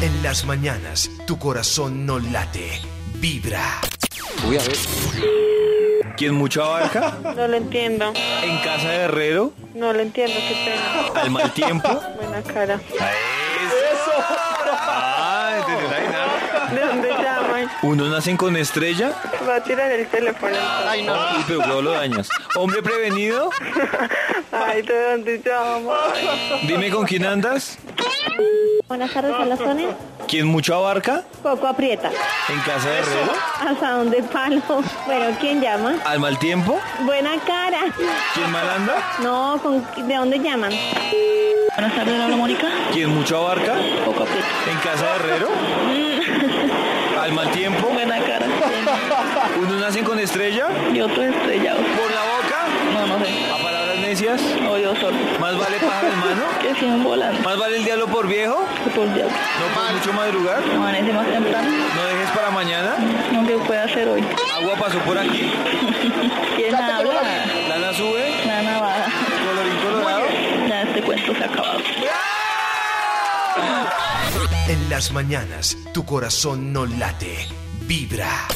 En las mañanas, tu corazón no late, vibra. Uy, a ver. ¿Quién mucho abarca? No lo entiendo, ¿En casa de Herrero? no lo entiendo, qué pena. ¿Al mal tiempo? Buena cara. ¡Eso! Ah, ¿entendés la dinámica? ¿De dónde llaman? ¿Unos nacen con estrella? Va a tirar el teléfono. entonces. Ay, no. Uy, pero huevo lo dañas. ¿Hombre prevenido? Ay, ¿de dónde llaman? Dime con quién andas. Buenas tardes a la zona. ¿Quién mucho abarca? Poco aprieta. ¿En casa de Herrero? Asadón de palo. Bueno, ¿quién llama? ¿Al mal tiempo? Buena cara. ¿Quién mal anda? No, ¿con- ¿de dónde llaman? Buenas tardes, habla Mónica. ¿Quién mucho abarca? Poco aprieta. ¿En casa de Herrero? ¿Al mal tiempo? Buena cara. ¿Unos nacen con estrella? Yo estoy estrellado. ¿Por la boca? No, no sé. ¿A palabras necias? No, yo solo. ¿Más vale pájaro en mano? Que si un volante. ¿Más vale el diablo por viejo? que Por diablo. ¿No por mucho madrugar? Amanece más temprano. ¿No dejes para mañana? No que puede hacer hoy. ¿Agua pasó por aquí? ¿Quién habla? ¿Lana sube? La navaja. ¿Colorín colorado? Ya este cuento se ha acabado. En las mañanas, tu corazón no late, vibra.